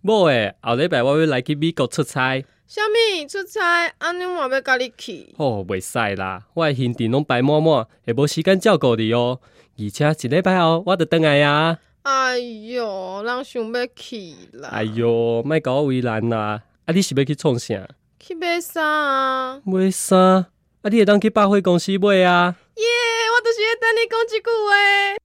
某诶，后礼拜我要来去美国出差，虾米出差，安尼我要甲你去。吼袂使啦，我诶行程拢排满满，会无时间照顾你哦。而且一礼拜后我就倒来啊。哎哟，人想要去啦。哎哟，莫甲我为难啦！啊，你是要去创啥？去买衫啊！买衫？啊，你会当去百货公司买啊？耶、我就是要等你讲即句话。